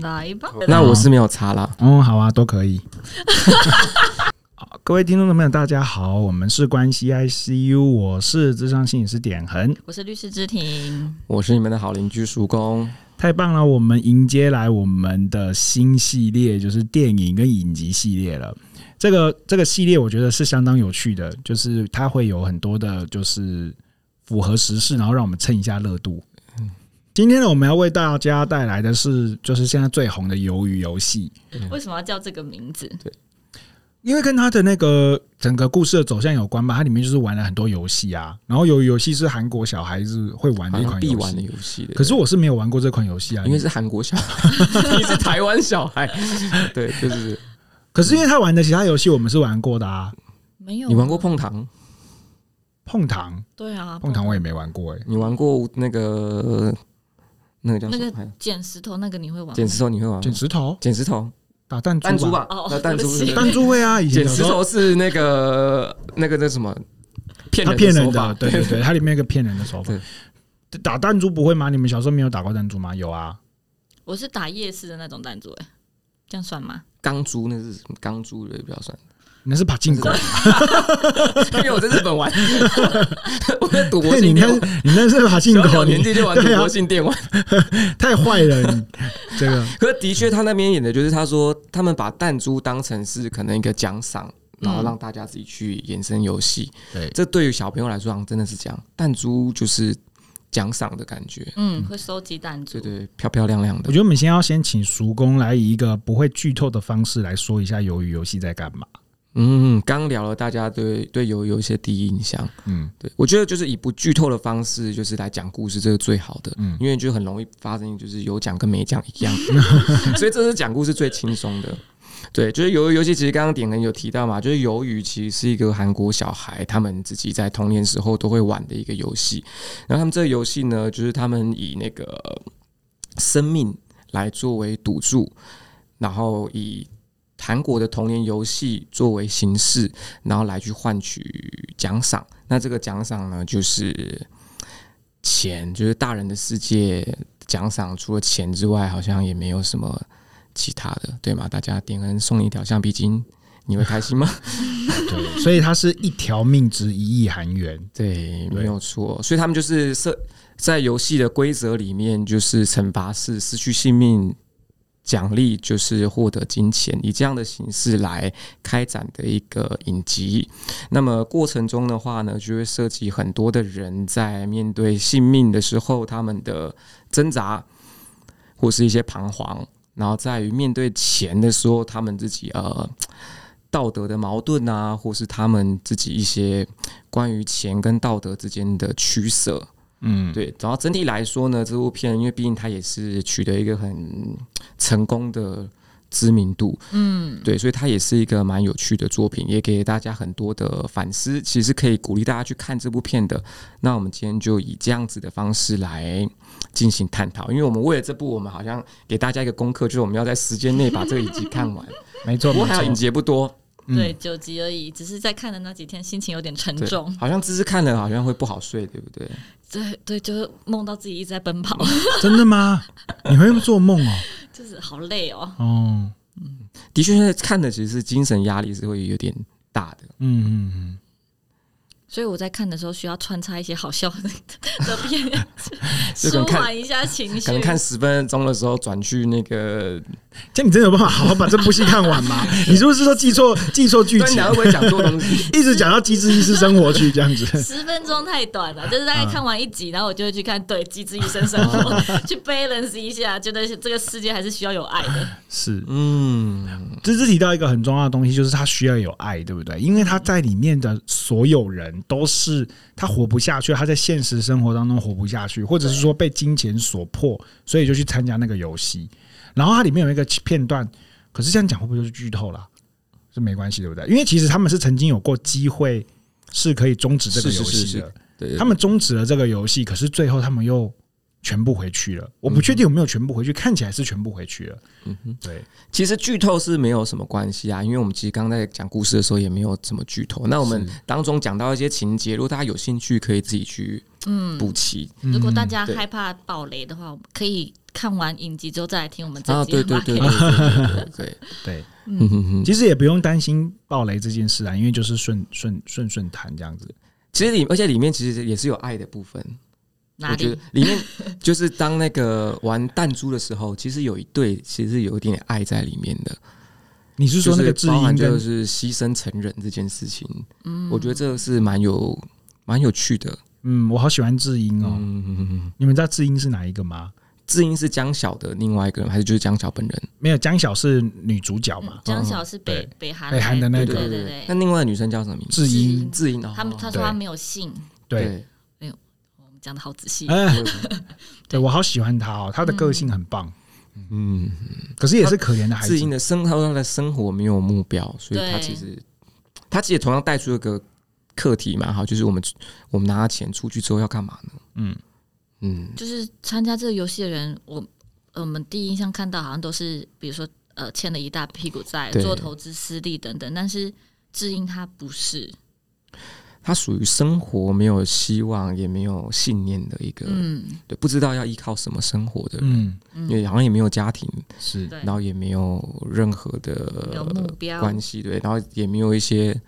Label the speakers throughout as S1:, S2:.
S1: 来吧，
S2: 那我是没有差啦。
S3: 哦，好啊，都可以。好各位听众朋友，大家好，我们是关系 ICU，我是智商心理师点恒，
S1: 我是律师之庭，
S2: 我是你们的好邻居叔公。
S3: 太棒了！我们迎接来我们的新系列，就是电影跟影集系列了。这个这个系列我觉得是相当有趣的，就是它会有很多的，就是符合时事，然后让我们蹭一下热度。今天呢，我们要为大家带来的是，就是现在最红的《鱿鱼游戏》。
S1: 为什么要叫这个名字？
S3: 因为跟他的那个整个故事的走向有关吧，它里面就是玩了很多游戏啊，然后有游戏是韩国小孩子会玩的
S2: 好
S3: 一
S2: 像
S3: 啊款
S2: 必
S3: 游
S2: 玩的
S3: 戏，
S2: 游戏的，
S3: 可是我是没有玩过这款游戏啊，
S2: 因为是韩国小 孩，你是台湾小孩，对，就是
S3: 可是因为他玩的其他游戏我们是玩过的啊，
S1: 没有
S2: 你玩过？碰糖，
S3: 碰糖
S1: 对啊，
S3: 碰糖我也没玩过哎、
S2: 你玩过那个那个叫什
S1: 那
S2: 么
S1: 个
S2: 牌？
S1: 捡石头那个你会玩吗？
S2: 捡石头你会玩吗？
S3: 捡石头
S2: 捡石头，
S3: 打弹
S2: 弹珠啊
S3: 吧，
S2: 吧
S1: 哦，
S2: 那弹珠
S1: 对不
S2: 是
S1: 起
S2: 不
S3: 弹
S2: 是
S3: 珠会啊，以
S2: 捡
S3: 前小
S2: 石
S3: 时候
S2: 头是那个那个那什么骗
S3: 他
S2: 人
S3: 骗人
S2: 手法
S3: 的，对对对，它里面有一个骗人的手法
S2: 对。
S3: 打弹珠不会吗？你们小时候没有打过弹珠吗？有啊，
S1: 我是打夜市的那种弹珠，哎，这样算吗？
S2: 钢珠那是什么钢珠的比较 算，
S3: 那是把进狗。
S2: 因为我在日本玩， 我在赌博
S3: 对，你
S2: 性
S3: 那
S2: 电
S3: 是
S2: 玩，
S3: 你那是把进
S2: 小小
S3: 狗，
S2: 年
S3: 你啊
S2: 纪就玩赌博性电玩。
S3: 太坏了，你这个。
S2: 可是的确，他那边演的就是他说他们把弹珠当成是可能一个奖赏，然
S3: 嗯
S2: 后让大家自己去衍生游戏。
S3: 对
S2: 这对于小朋友来说，好像真的是这样，弹珠就是奖赏的感觉。
S1: 嗯，会收集弹珠
S2: 对。对，漂漂亮亮
S3: 我
S2: 的。
S3: 觉得我们先要先请叔公来以一个不会剧透的方式来说一下《鱿鱼游戏》在干嘛。
S2: 嗯，刚聊了大家对对游有一些第一印象。
S3: 嗯，
S2: 对我觉得就是以不剧透的方式，就是来讲故事，这是最好的。
S3: 嗯
S2: 嗯，因为就很容易发生，就是有讲跟没讲一样， 所以这是讲故事最轻松的。对，就是鱿鱼游戏，其实刚刚点恒有提到嘛，就是鱿鱼其实是一个韩国小孩他们自己在童年时候都会玩的一个游戏。然后他们这个游戏呢，就是他们以那个生命来作为赌注，然后以韩国的童年游戏作为形式，然后来去换取奖赏。那这个奖赏呢，就是钱，就是大人的世界奖赏，除了钱之外，好像也没有什么其他的，对吗？大家点恩送你一条橡皮筋，你会开心吗？
S3: 对，所以它是一条命值一亿韩元。
S2: 对，
S3: 对
S2: 没有错。所以他们就是设在游戏的规则里面，就是惩罚是失去性命，奖励就是获得金钱，以这样的形式来开展的一个影集。那么过程中的话呢，就会涉及很多的人在面对性命的时候，他们的挣扎或是一些彷徨，然后在于面对钱的时候，他们自己呃。道德的矛盾啊，或是他们自己一些关于钱跟道德之间的取舍。
S3: 嗯，
S2: 对，然后整体来说呢，这部片因为毕竟它也是取得一个很成功的知名度，嗯，对，所以它也是一个蛮有趣的作品，也给大家很多的反思，其实可以鼓励大家去看这部片的。那我们今天就以这样子的方式来进行探讨，因为我们为了这部，我们好像给大家一个功课，就是我们要在时间内把这个影集看完。
S3: 没错
S2: 不过
S3: 没
S2: 还有影
S3: 错。
S2: 集也不多，
S3: 嗯
S1: 对，九集而已，只是在看的那几天心情有点沉
S2: 对
S1: 嗯重，，
S2: 好像芝芝看了好像会不好睡，对不对？
S1: 对嗯对，就是梦到自己一直在奔跑，
S3: 真的吗？你会做梦哦？
S1: 就是好累哦。
S3: 哦，
S2: 的确，现在看的其实是精神压力是会有点大的。
S3: 嗯嗯嗯。
S1: 所以我在看的时候需要穿插一些好笑的 的片，
S2: 就可
S1: 舒
S2: 能看
S1: 缓一下情绪
S2: 可。能看十分钟的时候转去那个，
S3: 这样你真的有办法好好把这部戏看完吗？你是不是说记错记错剧
S2: 对，你
S3: 情
S2: 还， 会不会讲错东西？
S3: 一直讲到《机智医师生活》去这样子？
S1: 十分钟太短
S2: 啊
S1: 了，就是大概看完一集，然后我就会去看《对机智医生生活》，
S2: 啊
S1: 去 balance 一下，觉得这个世界还是需要有爱的。
S3: 是，
S2: 嗯，
S3: 这是提到一个很重要的东西，就是他需要有爱，对不对？因为他在里面的所有人都是他活不下去，他在现实生活当中活不下去，或者是说被金钱所迫，所以就去参加那个游戏。然后它里面有一个片段，可是这样讲会不会就是剧透啦？是没关系，对不对？因为其实他们是曾经有过机会是可以终止这个游戏
S2: 是是
S3: 的，
S2: 是是对，
S3: 他们终止了这个游戏，可是最后他们又全部回去了。我不确定有没有全部回去，看起来是全部回去了。嗯哼，对，
S2: 其实剧透是没有什么关系啊，因为我们其实刚在讲故事的时候也没有怎么剧透。那我们当中讲到一些情节，如果大家有兴趣，可以自己去嗯补齐。
S1: 如果大家害怕暴雷的话，可以看完影集之后再来听我们这
S2: 啊，
S1: 集。
S2: 对对对对对对对 对，
S3: 对，
S2: 嗯哼哼。
S3: 其实也不用担心暴雷这件事啊，因为就是顺顺顺顺谈这样子。
S2: 其实里而且里面其实也是有爱的部分，
S1: 哪
S2: 我觉
S1: 里嗯
S2: 得？里面就是当那个玩弹珠的时候，其实有一对其实有一点点爱在里面的，
S3: 你是
S2: 就
S3: 说那个
S2: 是
S3: 智
S2: 包含
S3: 英
S2: 就
S3: 跟
S2: 是牺牲成人这件事情，嗯，我觉得这个是蛮有蛮有趣的，
S3: 嗯，我好喜欢智英哦。
S2: 嗯嗯嗯嗯。
S3: 你们知道智英是哪一个吗？
S2: 智英是江晓的另外一个人，还是就是江晓本人？
S3: 没有，江晓是女主角嘛
S1: 嗯？江晓是北
S3: 对
S1: 北韩
S3: 北韩的那
S1: 那
S3: 个
S1: 对
S2: 对
S1: 对
S2: 那
S1: 对。
S2: 另外的女生叫什么名字？
S3: 智英，
S2: 智英哦，
S1: 他们他
S2: 对
S1: 说他没有信，
S3: 对，
S1: 我们讲的好仔细。
S3: 哎，对我好喜欢她哦，她的个性很棒，
S2: 嗯，
S3: 可是也是可怜的孩
S2: 智英
S3: 子。
S2: 的生，她说她的生活没有目标，所以
S1: 对
S2: 她其实她其实同样带出一个课题嘛，好，就是我们我们拿了钱出去之后要干嘛呢？
S3: 嗯
S2: 嗯，
S1: 就是参加这个游戏的人，我呃我们第一印象看到好像都是，比如说呃欠了一大屁股债，
S2: 对
S1: 做投资失利等等，但是智英他不是，
S2: 她属于生活没有希望也没有信念的一个，
S1: 嗯，
S2: 对，不知道要依靠什么生活的人，
S3: 嗯，
S1: 嗯
S2: 因为好像也没有家庭，
S3: 是
S1: 对，
S2: 然后也没有任何
S1: 没有
S2: 的
S1: 目标，
S2: 关系，对，然后也没有一些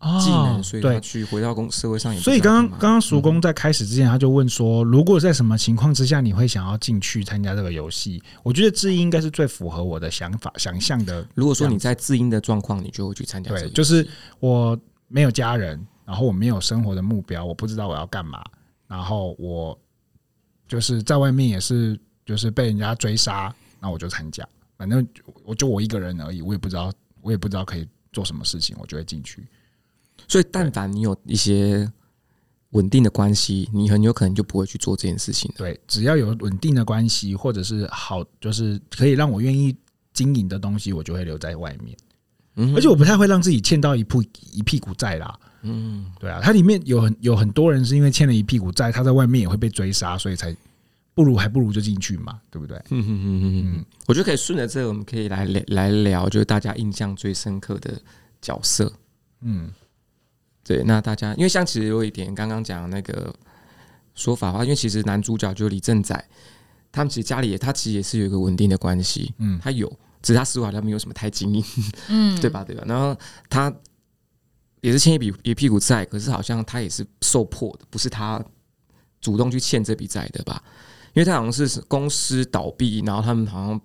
S3: 哦
S2: 技能，所以他
S3: 对。
S2: 去回到公社会上也不知
S3: 所
S2: 道
S3: 以刚
S2: 干
S3: 刚
S2: 嘛。
S3: 刚刚叔公在开始之前，他就问说，如果在什么情况之下你会想要进去参加这个游戏？我觉得智英应该是最符合我的想法、想象的
S2: 如果说你在自音的状况，你就会去参加这
S3: 对，
S2: 个。
S3: 就是我没有家人，然后我没有生活的目标，我不知道我要干嘛，然后我就是在外面也是就是被人家追杀，那我就参加，反正我就我一个人而已，我也不知道我也不知道可以做什么事情，我就会进去。
S2: 所以但凡你有一些稳定的关系，你很有可能就不会去做这件事情的。
S3: 对，只要有稳定的关系，或者是好，就是可以让我愿意。经营的东西，我就会留在外面，
S2: 嗯
S3: 而且我不太会让自己欠到一屁一屁股债啦。
S2: 嗯，
S3: 对啊，它里面有很有很多人是因为欠了一屁股债，他在外面也会被追杀，所以才不如还不如就进去嘛，对不对？
S2: 嗯哼哼哼哼我觉得可以顺着这个，我们可以来聊来聊，就是大家印象最深刻的角色。
S3: 嗯，
S2: 对，那大家因为像其实有一点刚刚讲的那个说法的话，因为其实男主角就是李正宰，他们其实家里也他其实也是有一个稳定的关系，
S3: 嗯
S2: 他有，只是他似乎好像没有什么太经营，
S1: 嗯，
S2: 对？吧？对吧？然后他也是欠一笔一屁股债，可是好像他也是受迫的，不是他主动去欠这笔债的吧？因为他好像是公司倒闭，然后他们好像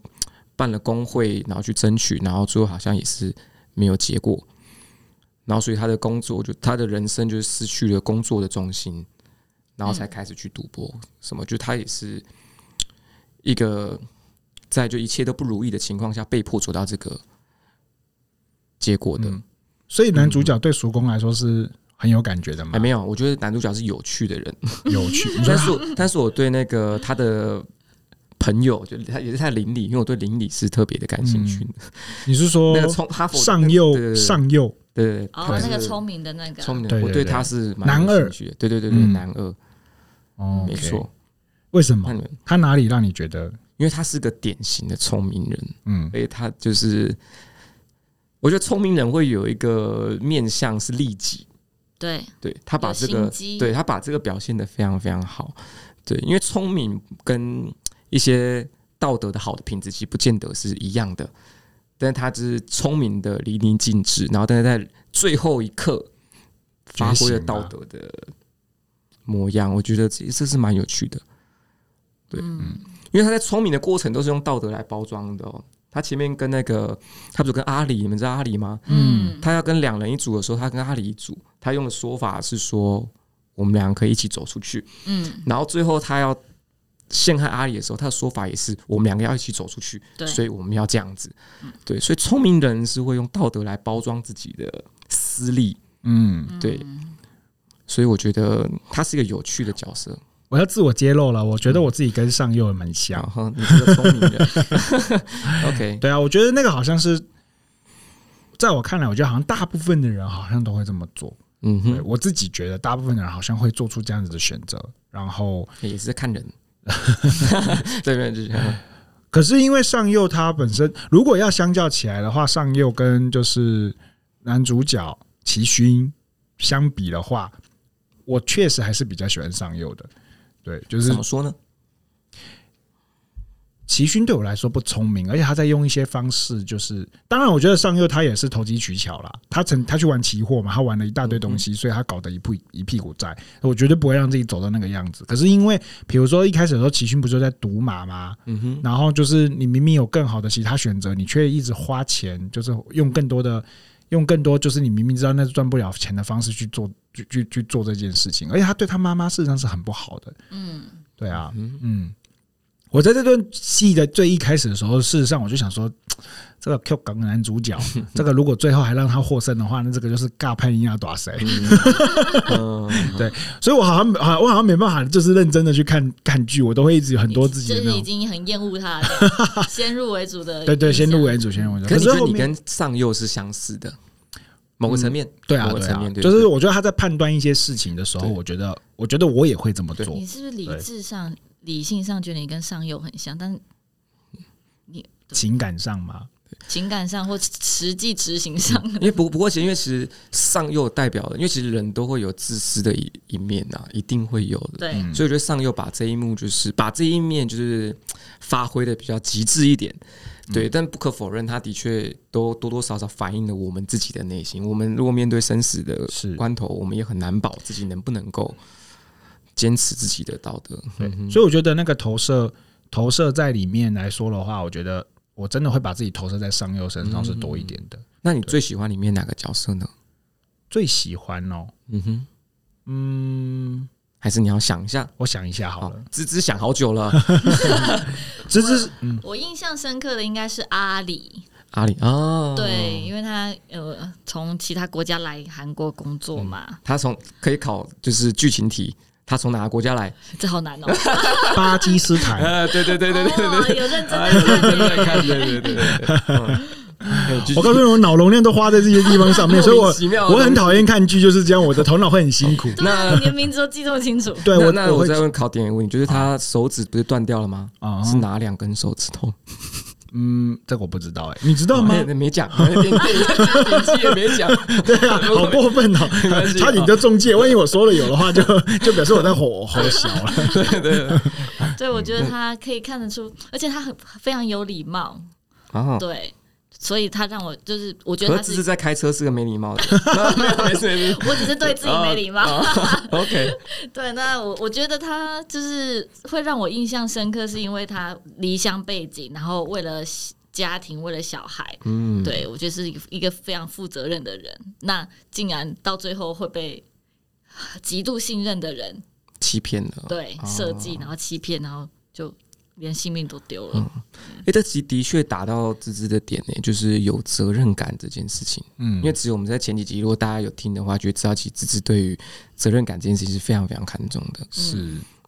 S2: 办了工会，然后去争取，然后最后好像也是没有结果，然后所以他的工作就他的人生就失去了工作的重心，然后才开始去赌博，什么就他也是一个在就一切都不如意的情况下被迫走到这个结果的。
S3: 嗯所以男主角对叔公来说是很有感觉的嘛
S2: 哎，，没有，我觉得男主角是有趣的人，
S3: 有趣。 你说
S2: 但是我但是我对那个他的朋友，就他也是他的邻里，因为我对邻里是特别的感兴趣的。
S3: 你是嗯说
S2: 那个从哈佛
S3: 上
S2: 对对
S3: 右
S2: 对
S3: 上右
S2: 对对对，
S1: 哦
S2: 他，
S1: 那个
S2: 是
S1: 聪明的那个，
S2: 聪明的
S3: 对
S2: 人，
S3: 对
S2: 我对
S3: 对
S2: 他是蛮
S3: 男
S2: 有
S3: 二
S2: 兴趣的。对对对对，
S3: 嗯
S2: 男二
S3: 哦
S2: 没
S3: OK
S2: 错。
S3: 为什
S2: 那
S3: 么
S2: 你们，
S3: 他哪里让你觉得
S2: 因为他是个典型的聪明人，
S3: 嗯
S2: 所以他就是，我觉得聪明人会有一个面相是利己，
S1: 对，
S2: 对他把
S1: 有
S2: 这个
S1: 心机
S2: 对他把这个表现的非常非常好，对，因为聪明跟一些道德的好的品质其实不见得是一样的，但是他只是聪明的淋漓尽致，然后但是在最后一刻发挥了道德的模样，我觉得这这是蛮有趣的，对，
S1: 嗯
S2: 因为他在聪明的过程都是用道德来包装的哦。他前面跟那个，他不是跟阿里，你们知道阿里吗？
S1: 嗯，
S2: 他要跟两人一组的时候，他跟阿里一组，他用的说法是说我们两个可以一起走出去。
S1: 嗯，
S2: 然后最后他要陷害阿里的时候，他的说法也是我们两个要一起走出去，
S1: 对，
S2: 所以我们要这样子。对，所以聪明人是会用道德来包装自己的私利。
S3: 嗯，
S2: 对，所以我觉得他是一个有趣的角色。
S3: 我要自我揭露了，
S2: 嗯
S3: 我觉得我自己跟上右蛮像
S2: 然。后你是个聪明 人，OK，
S3: 对啊，我觉得那个好像是，在我看来，我觉得好像大部分的人好像都会这么做。
S2: 嗯
S3: 对
S2: 哼，
S3: 我自己觉得，大部分人好像会做出这样子的选择，然后
S2: 也是在看人。对面就是
S3: 可是因为上右他本身，如果要相较起来的话，上右跟就是男主角齐勋相比的话，我确实还是比较喜欢上右的。对，就是
S2: 怎么说呢？
S3: 齐勋对我来说不聪明，而且他在用一些方式，就是当然，我觉得上右他也是投机取巧啦。他曾他去玩期货嘛，他玩了一大堆东西，所以他搞得一屁一屁股债。我绝对不会让自己走到那个样子。可是因为比如说一开始的时候，齐勋不就在赌马吗？
S2: 嗯哼，
S3: 然后就是你明明有更好的其他选择，你却一直花钱，就是用更多的，用更多就是你明明知道那是赚不了钱的方式去做，去去去做这件事情。而且他对他妈妈事实上是很不好的。
S1: 嗯，
S3: 对啊，
S2: 嗯
S3: 嗯，我在这段戏的最一开始的时候，事实上我就想说，这个 Q 港男 主角，这个如果最后还让他获胜的话，那这个就是尬拍一要打谁？
S2: 嗯，
S3: 所以我好像好，我好像没办法，就是认真的去看看剧，我都会一直有很多自己
S1: 就
S3: 的那
S1: 是已
S3: 种。
S1: 经很厌恶他 了，先入为主的印象，
S3: 对对，先入为主，先入为主。
S2: 可是你
S3: 是
S2: 觉得
S3: 后
S2: 你
S3: 面
S2: 跟上右是相似的，某个层面，
S3: 对啊
S2: 某个
S3: 对
S2: 层
S3: 啊
S2: 面，，对
S3: 就是
S2: 对
S3: 我觉得他在判断一些事情的时候，
S2: 对
S3: 我觉得我觉得我也会这么做
S1: 你。是不是理
S3: 对
S1: 智上、理性上觉得你跟上游很像，但
S3: 情感上嘛，
S1: 情感上或实际执行上，
S2: 因为不不过其实因为其实上右代表了，因为其实人都会有自私的一一面呐、一定会有的。
S1: 对，
S3: 嗯
S2: 所以我觉得上右把这一幕就是把这一面就是发挥的比较极致一点，
S3: 嗯
S2: 对。但不可否认，他的确都多多少少反映了我们自己的内心。我们如果面对生死的
S3: 是
S2: 关头，我们也很难保自己能不能够坚持自己的道德。
S3: 对，所以我觉得那个投射投射在里面来说的话，我觉得我真的会把自己投射在上右身
S2: 嗯
S3: 上是多一点的。
S2: 那你最喜欢里面哪个角色呢？
S3: 最喜欢哦，
S2: 嗯哼，
S3: 嗯，
S2: 还是你要想一下。
S3: 我想一下好
S2: 好
S3: 了，，
S2: 芝芝想好久了，
S3: 这是
S1: 我印象深刻的应该是阿里，
S2: 阿里啊，
S3: 哦
S1: 对，，因为他呃从其他国家来韩国工作嘛，
S2: 他从可以考就是剧情题，他从哪个国家来？
S3: 嗯
S1: 这好 难哦。
S3: 巴基斯 坦，
S2: 啊，对对对对对对对
S1: 哦，有认真
S3: 哎
S2: 啊，
S1: 的
S2: 有认真在看，对对对对对。嗯哎继续
S3: 我告诉你，我脑容量都花在这些地 方上面，所以
S2: 莫
S3: 我
S2: 名其妙的
S3: 我很
S2: 东
S3: 讨厌看剧，就是这样，我的头脑会很 辛苦。
S1: 对啊，连名字都记这么清楚，
S3: 对
S2: 那
S3: 我，
S2: 那
S3: 我
S2: 我
S3: 会
S2: 再问考点一个问题，就是他手指不是断掉了吗？
S3: 啊，
S2: 是哪两根手指头？
S3: 嗯，这个我不知道哎，你知道 吗
S2: 哎？没讲，电电影记也没讲。
S3: 对啊，好过分哦
S2: 没关，系
S3: 差点就中介。万一我说了有的话，就 就表示我在吼吼小了。
S2: 对对对
S1: 对我
S2: 嗯
S1: 觉得他可以看得出，而且他很非常有礼貌，
S2: 啊。
S1: 对，所以他让我就是我觉得
S2: 可
S1: 他
S2: 是芝
S1: 是
S2: 芝，在开车是个没礼貌的，没事没事，
S1: 我只是对自己没礼貌。
S2: 啊。啊 OK，
S1: 对，那我我觉得他就是会让我印象深刻，是因为他离乡背景，然后为了家庭，为了小孩，
S2: 嗯，
S1: 对我觉得是一个一个非常负责任的人。那竟然到最后会被极度信任的人
S2: 欺骗了。
S1: 对
S2: 哦
S1: 设计，然后欺骗，然后就连性命都丢了。
S2: 哎、这其实的确打到芝芝的点呢、就是有责任感这件事情。
S3: 嗯
S2: 因为只有我们在前几集，如果大家有听的话，就会知道其实芝芝对于责任感这件事情是非常非常看重的。
S3: 是，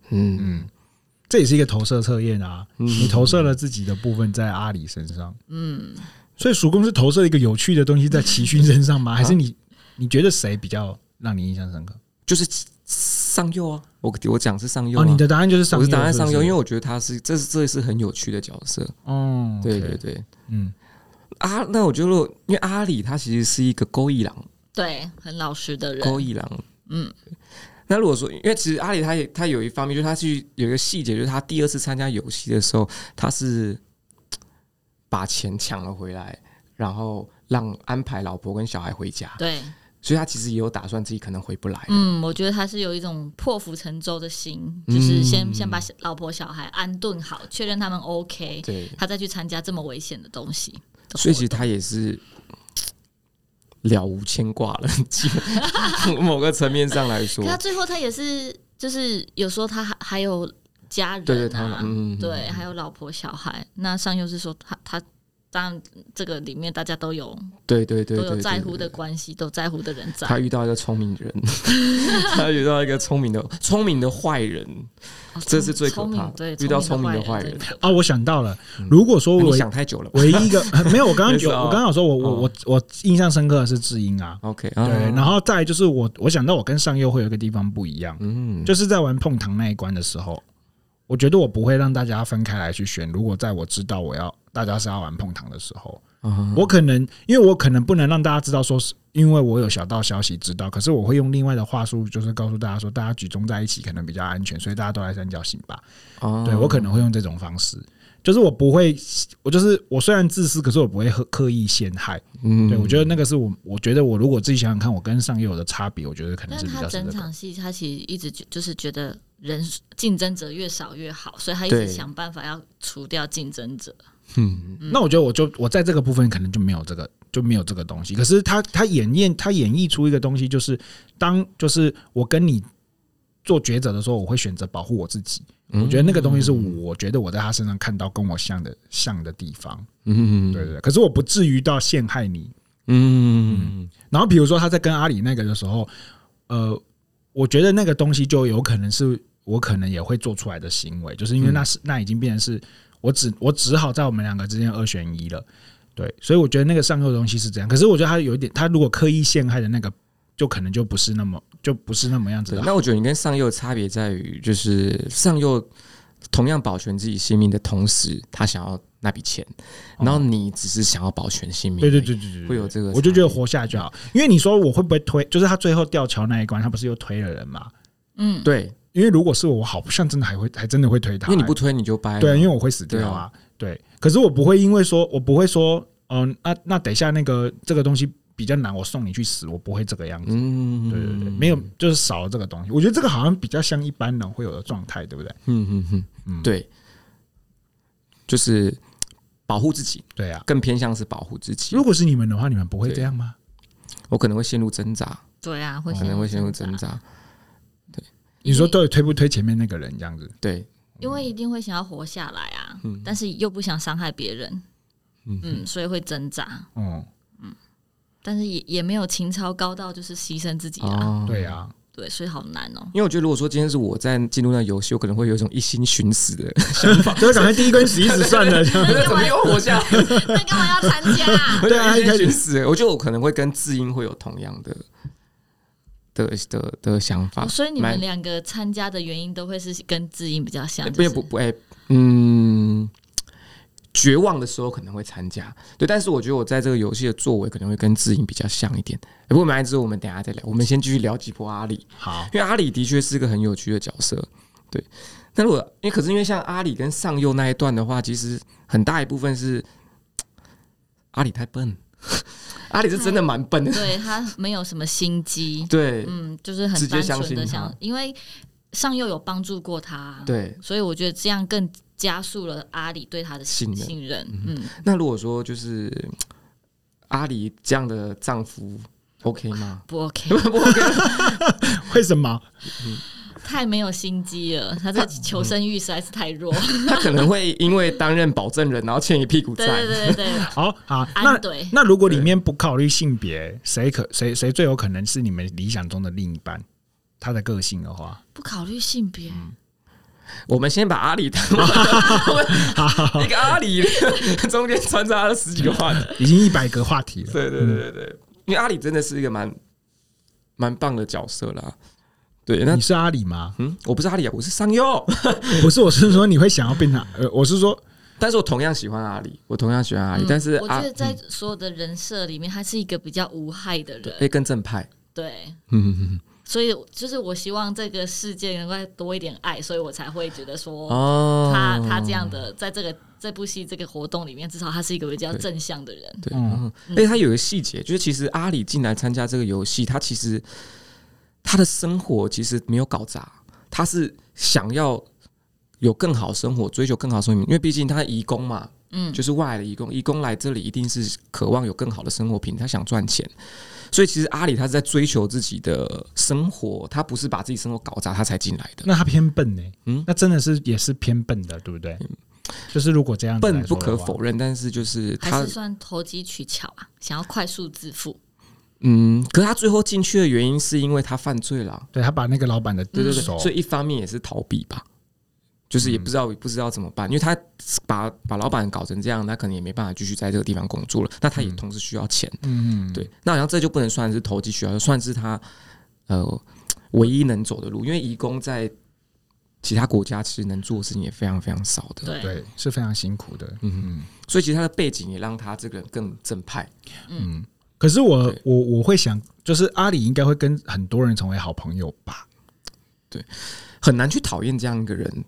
S2: 嗯，
S3: 嗯，这也是一个投射测验啊，
S2: 嗯
S3: 你投射了自己的部分在阿里身上，
S1: 嗯，
S3: 所以叔公是投射一个有趣的东西在齐勋身
S2: 啊
S3: 上吗？还是你你觉得谁比较让你印象深刻？
S2: 就是上右啊，我我讲是上右、
S3: 哦，
S2: 啊。
S3: 你的答案就是上
S2: 我
S3: 右，
S2: 是打在上右，因为
S3: 为
S2: 我觉得他是这是这是很有趣的角色，
S3: 哦，
S2: 对
S3: OK，
S2: 对对。
S3: 嗯，
S2: 啊，那我觉得如果因为阿里他其实是一个勾一郎，
S1: 对，很老实的人，
S2: 勾一郎。
S1: 嗯，
S2: 那如果说，因为其实阿里他也他有一方面，就是他去有一个细节，就是他第二次参加游戏的时候，他是把钱抢了回来，然后让安排老婆跟小孩回家，
S1: 对，
S2: 所以他其实也有打算自己可能回不来。
S1: 嗯，我觉得他是有一种破釜沉舟的心，
S2: 嗯
S1: 就是先、先把小老婆小孩安顿好，确认他们 OK，
S2: 对，
S1: 他再去参加这么危险的东西的活动。
S2: 所以其实他也是了无牵挂了，基本某个层面上来说
S1: 可，他最后他也是，就是有时候他还还有家人、啊，
S2: 对对，他嗯，
S1: 对还有老婆小孩。那上佑是说他他。当然，这个里面大家都有
S2: 对对对
S1: 都
S2: 对，
S1: 有
S2: 对
S1: 在
S2: 对
S1: 乎的关系，都在乎的人在
S2: 他遇到一个聪明人， 他遇到一个聪明的聪明的坏人，
S1: 哦
S2: 这是最可
S1: 聪明
S2: 怕的
S1: 对，
S2: 遇到聪明的坏
S1: 人
S2: 人，
S1: 真的
S3: 哦，我想到了，如果说
S2: 啊你
S3: 唯
S2: 想太久了吧
S3: 唯一一个 没有，我刚刚
S2: 没事
S3: 有，
S2: 啊
S3: 我刚刚有说我我
S2: 哦
S3: 我我印象深刻的是智英啊，
S2: ？OK，啊
S3: 对，然后再来就是我我想到我跟上右会有一个地方不一样，
S2: 嗯，
S3: 就是在玩碰糖那一关的时候，我觉得我不会让大家分开来去选。如果在我知道我要大家是要玩碰糖的时候，
S2: 嗯
S3: 我可能因为我可能不能让大家知道说是因为我有小道消息知道，可是我会用另外的话术，就是告诉大家说大家集中在一起可能比较安全，所以大家都来三角形吧。
S2: 哦
S3: 对我可能会用这种方式。就是我不会，我就是我虽然自私，可是我不会刻刻意陷害。
S2: 嗯
S3: 对我觉得那个是我，我觉得我如果自己想想看，我跟上游的差别，我觉得可能
S1: 但
S3: 是比
S1: 他
S3: 较是这
S1: 整
S3: 个。
S1: 场戏，他其实一直就就是觉得人竞争者越少越好，所以他一直
S2: 对
S1: 想办法要除掉竞争者。
S2: 嗯
S3: 那我觉得我就我在这个部分可能就没有这个就没有这个东西。可是他他演绎他演绎出一个东西，就是当就是我跟你做抉择的时候，我会选择保护我自己。我觉得那个东西是
S2: 嗯
S3: 我觉得我在他身上看到跟我像的像的地方，
S2: 嗯
S3: 对对对。可是我不至于到陷害你。
S2: 嗯
S3: 然后比如说他在跟阿里那个的时候，呃，我觉得那个东西就有可能是我可能也会做出来的行为，就是
S2: 嗯
S3: 因为那是、那已经变成是我只我只好在我们两个之间二选一了，对，所以我觉得那个上钩的东西是这样，可是我觉得他有一点，他如果刻意陷害的那个，就可能就不是那么就不是那么样子
S2: 对
S3: 的。
S2: 那我觉得你跟上右的差别在于，就是上右同样保全自己性命的同时，他想要那笔钱，然后你只是想要保全性命。
S3: 哦对对对对对，对
S2: 会有这个
S3: 我就觉得活下来就好。因为你说我会不会推，就是他最后吊桥那一关，他不是又推了人嘛？
S1: 嗯，
S2: 对，
S3: 因为如果是我，我好像真的还会，还真的会推他、
S2: 因为你不推你就掰了。
S3: 对，因为我会死掉啊。对，可是我不会因为说，我不会说，嗯、那那等一下那个这个东西比较难，我送你去死，我不会这个样子。
S2: 嗯，
S3: 对对对，没有，就是少了这个东西。我觉得这个好像比较像一般人会有的状态，对不对？
S2: 嗯嗯嗯
S3: 嗯
S2: 嗯，对，就是保护自己，
S3: 对啊。
S2: 更偏向是保护自己
S3: 如。果是你们的话，你们不会这样吗？
S2: 我可能会陷入挣扎，
S1: 对啊，会
S2: 可能会陷入挣
S1: 争，
S2: 扎。
S3: 你说对，推不推前面那个人这样子？
S2: 对，
S1: 因为一定会想要活下来啊，但是又不想伤害别人，
S2: 嗯
S1: 嗯，所以会挣扎，
S3: 嗯，
S1: 但是也也没有情操高到就是牺牲自己啊，
S2: 哦，
S3: 对啊，
S1: 对，所以好难 哦。
S2: 因为我觉得，如果说今天是我在进入那个游戏，我可能会有一种一心寻死 的，
S3: 就是赶快第一根死一死算了。这样
S1: 那
S2: 怎
S1: 干
S2: 么
S1: 嘛？
S2: 又活下来？
S1: 那干嘛要参加 啊？
S2: 对啊，
S3: 对啊
S2: 一
S3: 一开
S2: 心寻
S3: 始
S2: 死。我觉得我可能会跟智英会有同样的的的的想法
S1: 哦，所以你
S2: 蛮
S1: 们两个参加的原因都会是跟智英比较像，
S2: 不
S1: 就是
S2: 不不，哎、嗯，绝望的时候可能会参加，对，但是我觉得我在这个游戏的作为可能会跟智英比较像一点。哎不过没关系，我们等一下再聊，我们先继续聊几波阿里，
S3: 好，
S2: 因为阿里的确是个很有趣的角色，对。但如果因为可是因为像阿里跟上右那一段的话，其实很大一部分是阿里太笨，阿里是真的蛮笨的，
S1: 对他没有什么心机，
S2: 对
S1: 嗯，就是
S2: 直
S1: 很
S2: 接
S1: 单
S2: 相
S1: 纯的
S2: 信他
S1: 想，因为上佑有帮助过他，，
S2: 对。
S1: 所以我觉得这样更加速了阿里对他的
S2: 信任
S1: 信任，嗯，
S2: 那如果说就是嗯阿里这样的丈夫，OK 吗？
S1: 不 OK，
S2: 不 OK，
S3: 为什么？
S1: 太没有心机了，他这求生欲实在是太 弱，
S2: 他可能会因为担任保证人，然后欠一屁股
S1: 对
S2: 债
S1: 对。对对对，
S3: 好哦好，那
S1: 安怼
S3: 那如果里面不考虑性别，谁可谁谁最有可能是你们理想中的另一半？他的个性的话，
S1: 不考虑性别，
S2: 嗯我们先把阿里 当一个阿里， 中间穿插了十几个话题。
S3: 已经一百个话题了。
S2: 对对对对对，因为阿里真的是一个蛮蛮棒的角色啦。对，那
S3: 你是阿里吗？
S2: 嗯，我不是阿里啊，我是商佑，
S3: 不是，我是说你会想要变
S2: 嗯
S3: 成呃，我是说
S2: 但是我同样喜欢阿里，我同样喜欢阿里，但
S1: 嗯
S2: 是啊嗯
S1: 我
S2: 阿
S1: 觉得在所有的人设里面，他是一个比较无害的人，
S2: 哎更正派，
S1: 对。
S2: 嗯嗯嗯。
S1: 所以就是我希望这个世界能够多一点爱，所以我才会觉得说，
S2: 哦，
S1: 他他这样的在这个这部戏这个活动里面，至少他是一个比较正向的人。
S2: 对，
S3: 嗯
S2: 嗯，而且他有个细节，就是其实阿里进来参加这个游戏，他其实他的生活其实没有搞砸，他是想要有更好生活，追求更好生活，因为毕竟他移工嘛，
S1: 嗯，
S2: 就是外来的移工，移工来这里一定是渴望有更好的生活品，他想赚钱，所以其实阿里他是在追求自己的生活，他不是把自己生活搞砸他才进来的。
S3: 那他偏笨呢、
S2: 嗯
S3: 那真的是也是偏笨的，对不对？就是如果这样子
S2: 笨
S3: 来
S2: 不
S3: 说的
S2: 可
S3: 话
S2: 否认，但是就是
S1: 还
S2: 他
S1: 是算投机取巧啊，想要快速致富。
S2: 嗯，可是他最后进去的原因是因为他犯罪了。
S3: 对他把那个老板的
S2: 对对对，
S3: 手
S2: 所以一方面也是逃避吧，就是也不知道、不知道怎么办，因为他把把老板搞成这样，他可能也没办法继续在这个地方工作了。那他也同时需要钱，
S3: 嗯，
S2: 对，那好像这就不能算是投机取巧，就算是他呃唯一能走的路，因为移工在其他国家其实能做的事情也非常非常少的。
S1: 对
S3: 对，是非常辛苦的。
S2: 嗯，所以其实他的背景也让他这个人更正派。
S3: 可是我
S2: 对
S3: 我我会想，就是阿里应该会跟很多人成为好朋友吧？
S2: 很难去讨厌这样一个人，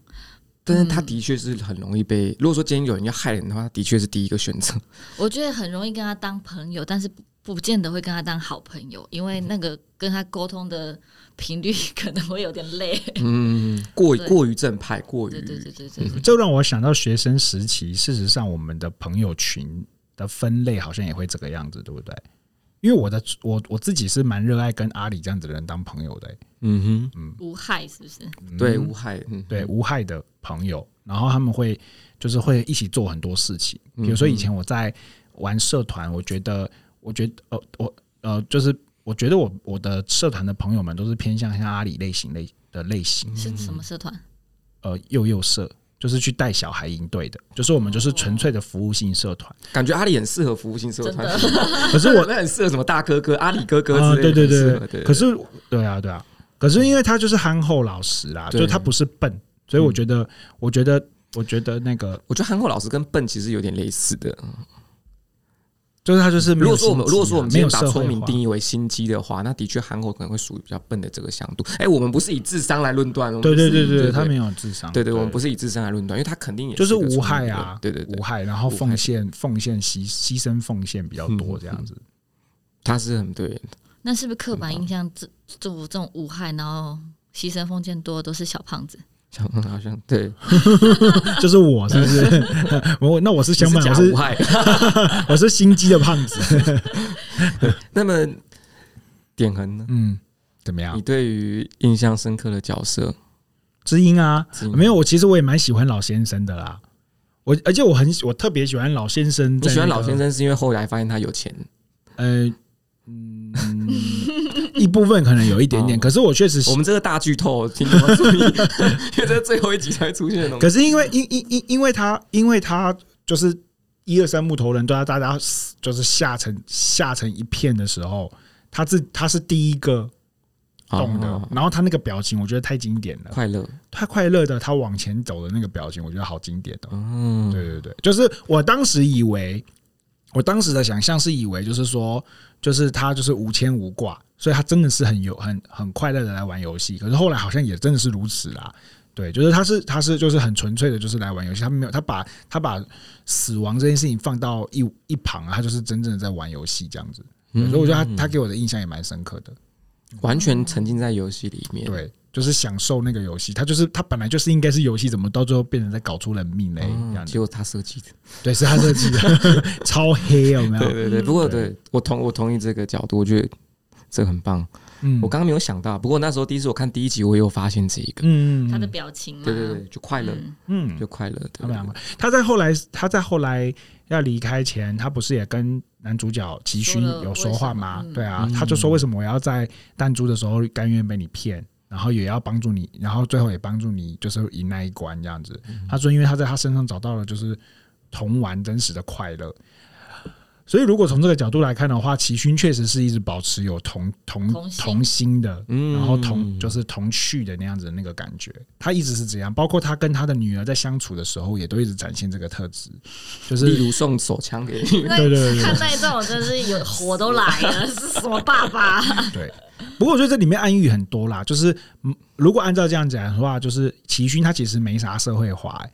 S2: 但是他的确是很容易被。如果说今天有人要害人的话，他的确是第一个选择。
S1: 我觉得很容易跟他当朋友，但是不不见得会跟他当好朋友，因
S2: 嗯
S1: 为那个跟他沟通的频率 可能会有点累。
S2: 嗯，过于
S1: 对
S2: 过于正派，过于
S1: 对对对对对对，
S3: 这让我想到学生时期，事实上我们的朋友群的分类好像也会这个样子，对不对？因为我的我我自己是蛮热爱跟阿里这样子的人当朋友的、欸
S2: 嗯
S1: 无害是不是？
S2: 哼，对无害，嗯，
S3: 对无害的朋友，然后他们会就是会一起做很多事情，比如说以前我在玩社团，我觉得我觉得呃我呃就是我觉得我我的社团的朋友们都是偏向像阿里类型类的类型，
S1: 是什么社团？
S3: 呃幼幼社。就是去带小孩营队的，就是我们就是纯粹的服务性社团。
S2: 感觉阿里很适合服务性社会
S1: 真
S2: 团
S1: 的
S2: 体，
S3: 可是 我
S2: 那很适合什么大哥哥、阿里哥哥
S3: 啊，
S2: 之类的，
S3: 对对
S2: 很
S3: 对
S2: 适合对。
S3: 可是对啊对啊，可是因为他就是憨厚老实啦，
S2: 对
S3: 就他不是笨，所以我觉
S2: 嗯
S3: 得，我觉得，我觉得那个
S2: 我觉得韩国老师跟笨其实有点类似的。
S3: 就是他就是没
S2: 如果
S3: 有
S2: 说我们
S3: 心机啊
S2: 如果说我们今
S3: 没有
S2: 天把
S3: 社
S2: 聪
S3: 会
S2: 明
S3: 化
S2: 定义为心机的话，那的确韩国可能会属于比较笨的这个向度。哎，我们不是以智商来论断，我们
S3: 对
S2: 不是
S3: 对
S2: 以
S3: 对对，对他
S2: 对
S3: 没有智商，
S2: 对对，我们不是以智商来论断，因为他肯定也
S3: 就是
S2: 是个
S3: 无
S2: 聪明
S3: 害
S2: 的
S3: 啊
S2: 人，对对对
S3: 无，害，然后
S2: 无害
S3: 奉献奉献牺牺牲奉献比较 多这样子，
S2: 他是很对，
S1: 那是不是刻板
S2: 嗯
S1: 印象这这这种无害，然后牺牲奉献多都是小胖子？
S2: 像好像对，
S3: 就是我是不是？ 我那我是相反，
S2: 你
S3: 我
S2: 是假无
S3: 是
S2: 害。
S3: 我是心机的胖子，
S2: 那么点恒呢？
S3: 嗯，怎么
S2: 你
S3: 样？
S2: 对于印象深刻的角色，
S3: 知音啊，
S2: 知音
S3: 没有，我其实我也蛮喜欢老先生的啦。我而且我很喜我特别喜欢老先生、
S2: 你喜欢老先？生是因为后来发现他有钱，
S3: 呃，嗯， 一部分可能有一点点，
S2: 哦
S3: 可是我确实喜
S2: 我们这个大剧透，请你们注意，因 为这是最后一集才会出现的东西。
S3: 可是因为因因因因为他因为他就是一二三木头人都啊要大家死就是吓成吓成一片的时候，他自他是第一个动的，
S2: 哦
S3: 然后他那个表情我觉得太经典了，
S2: 快乐，
S3: 他快乐的他往前走的那个表情，我觉得好经典哦。
S2: 嗯，
S3: 对对对，就是我当时以为，我当时的想象是以为就是说，就是他就是无牵无挂，所以他真的是很有很很快乐的来玩游戏。可是后来好像也真的是如此啦。对，就是他是他是就是很纯粹的，就是来玩游戏，他没有他把他把死亡这件事情放到一一旁啊，他就是真正的在玩游戏这样子。对所以我觉得他他给我的印象也蛮深刻的。
S2: 完全沉浸在游戏里面。，哦
S3: 对，就是享受那个游戏，他就是他本来就是应该是游戏，怎么到最后变成在搞出人命嘞？这样
S2: 嗯，
S3: 子
S2: 结果他设计的。
S3: 对，是他设计 的，超黑有没
S2: 对
S3: 有？
S2: 对对，嗯不过
S3: 对
S2: 对我同我同意这个角度，我觉得这很棒。
S3: 嗯
S2: 我刚刚没有想到，不过那时候第一次我看第一集，我也有发现这一个。
S3: 嗯，
S1: 他的表情嘛，
S2: 对对对，就快乐，
S1: 嗯
S3: 嗯，
S2: 就快乐。对
S3: 他们两个，他在后来，他在后来要离开前，他不是也跟男主角齐勋有说话
S1: 说
S3: 吗
S1: 了为什么？嗯
S3: 对啊
S2: 嗯，
S3: 他就说为什么我要在弹珠的时候甘愿被你骗，然后也要帮助你，然后最后也帮助你，就是赢那一关这样子。
S2: 嗯
S3: 他说，因为他在他身上找到了就是同玩真实的快乐。所以，如果从这个角度来看的话，齐勋确实是一直保持有同同
S1: 同心
S3: 同心的，
S2: 嗯
S3: 然后同就是同趣的那样子的那个感觉，他一直是这样。包括他跟他的女儿在相处的时候，也都一直展现这个特质，就是
S2: 例如送手枪给你，
S1: 那
S3: 对对对
S1: 看那一段，我真的是有火都来了，是什么爸爸？啊
S3: 对。不过我觉得这里面暗喻很多啦，就是嗯如果按照这样讲的话，就是齐勋他其实没啥社会化、欸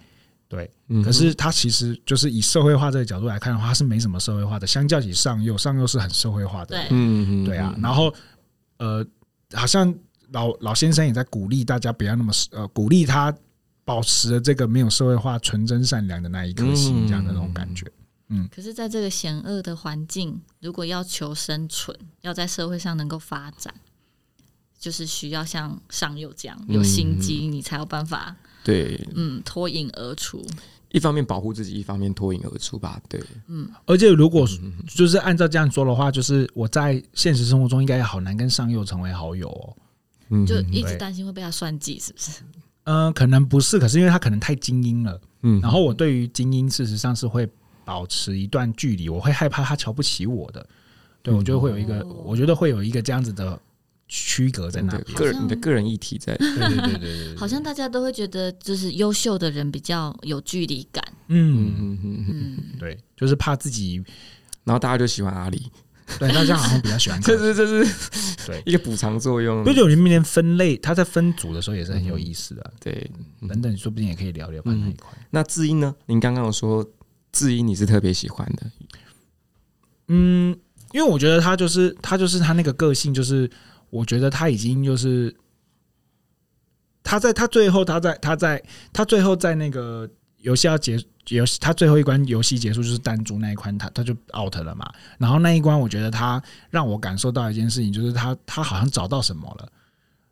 S3: 对，
S2: 嗯
S3: 可是他其实就是以社会化这个角度来看的话，他是没什么社会化的。相较起上右，上右是很社会化的人，
S1: 对，
S2: 嗯，嗯
S3: 对啊，，然后呃，好像老老先生也在鼓励大家不要那么呃，鼓励他保持了这个没有社会化、纯真善良的那一颗心，这样的那种感觉。
S2: 嗯
S1: 可是，在这个险恶的环境，如果要求生存，要在社会上能够发展，就是需要像上佑这样有心机，你才有办法
S2: 对，
S1: 嗯脱颖而出。
S2: 一方面保护自己，一方面脱颖而出吧。对，
S3: 而且如果
S2: 嗯
S3: 就是按照这样说的话，就是我在现实生活中应该也好难跟上佑成为好友哦。
S2: 嗯
S1: 就一直
S3: 对
S1: 担心会被他算计，是不是？
S3: 嗯、可能不是，可是因为他可能太精英了。
S2: 嗯
S3: 然后我对于精英事实上是会保持一段距离，我会害怕他瞧不起我的，对我就会有一个，
S1: 哦
S3: 我觉得会有一个这样子的区隔在
S2: 你
S3: 那
S2: 的
S3: 边。
S2: 个
S1: 好
S2: 人
S1: 像
S2: 你的个人议题在，
S3: 对对对对对对，
S1: 好像大家都会觉得，就是优秀的人比较有距离感。
S2: 嗯
S3: 嗯，
S2: 嗯嗯嗯，
S1: 嗯，
S3: 对，就是怕自己
S2: 然后大家就喜欢阿 里，
S3: 对大家好像比较喜欢
S2: 这是这是
S3: 对
S2: 一个补偿作用
S3: 不，是有人面分类，他在分组的时候也是很有意思的啊、
S2: 对。嗯
S3: 等等，说不定也可以聊聊吧
S2: 嗯
S3: 那一块。
S2: 那智英呢？您刚刚有说智英你是特别喜欢的，
S3: 嗯，因为我觉得他就是他就是他那个个性，就是我觉得他已经就是他在他最后他在他在他最后在那个游戏要结游戏他最后一关游戏结束就是弹珠那一关他他就 out 了嘛，然后那一关我觉得他让我感受到一件事情，就是他他好像找到什么了。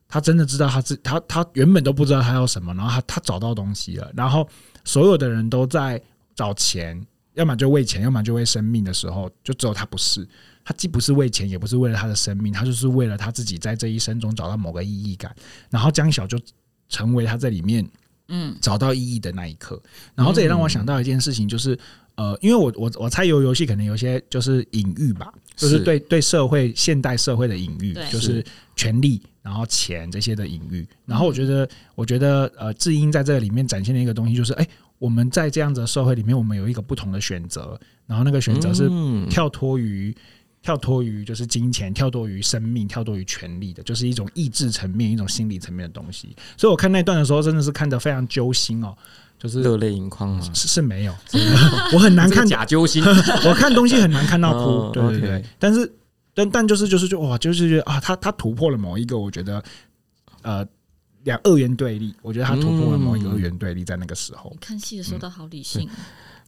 S3: 他真的知道他自他他原本都不知道他要什么，然后他他找到东西了，然后所有的人都在找钱，要么就为钱，要么就为生命的时候，就只有他不是。他既不是为钱，也不是为了他的生命，他就是为了他自己在这一生中找到某个意义感。然后江晓就成为他在里面
S1: 嗯，
S3: 找到意义的那一刻。然后这也让我
S2: 嗯
S3: 想到一件事情，就是呃，因为我我我猜游游戏可能有些就是隐喻吧，就是
S2: 是
S3: 对对社会现代社会的隐喻
S1: 对，
S3: 就是
S2: 是
S3: 权力，然后钱这些的隐喻。然后我觉得，我觉得呃，智英在这里面展现的一个东西，就是哎、我们在这样子的社会里面，我们有一个不同的选择，然后那个选择是
S2: 嗯
S3: 跳脱于跳脱于就是金钱，跳脱于生命，跳脱于权力的，就是一种意志层面、一种心理层面的东西。所以我看那段的时候，真的是看得非常揪心哦，就是
S2: 热泪盈眶嘛，
S3: 是是没有， 我很难
S2: 这
S3: 看
S2: 个，假 揪心，
S3: 我看东西很难看到
S2: 哦
S3: 哭，对对对
S2: OK。
S3: 但是但但就是就是就哇，就是觉得啊，他他突破了某一个，我觉得呃两二元对立，我觉得他突破了某一个
S2: 嗯
S3: 二元对立，在那个时候
S1: 你，看戏的时候都好理性哦，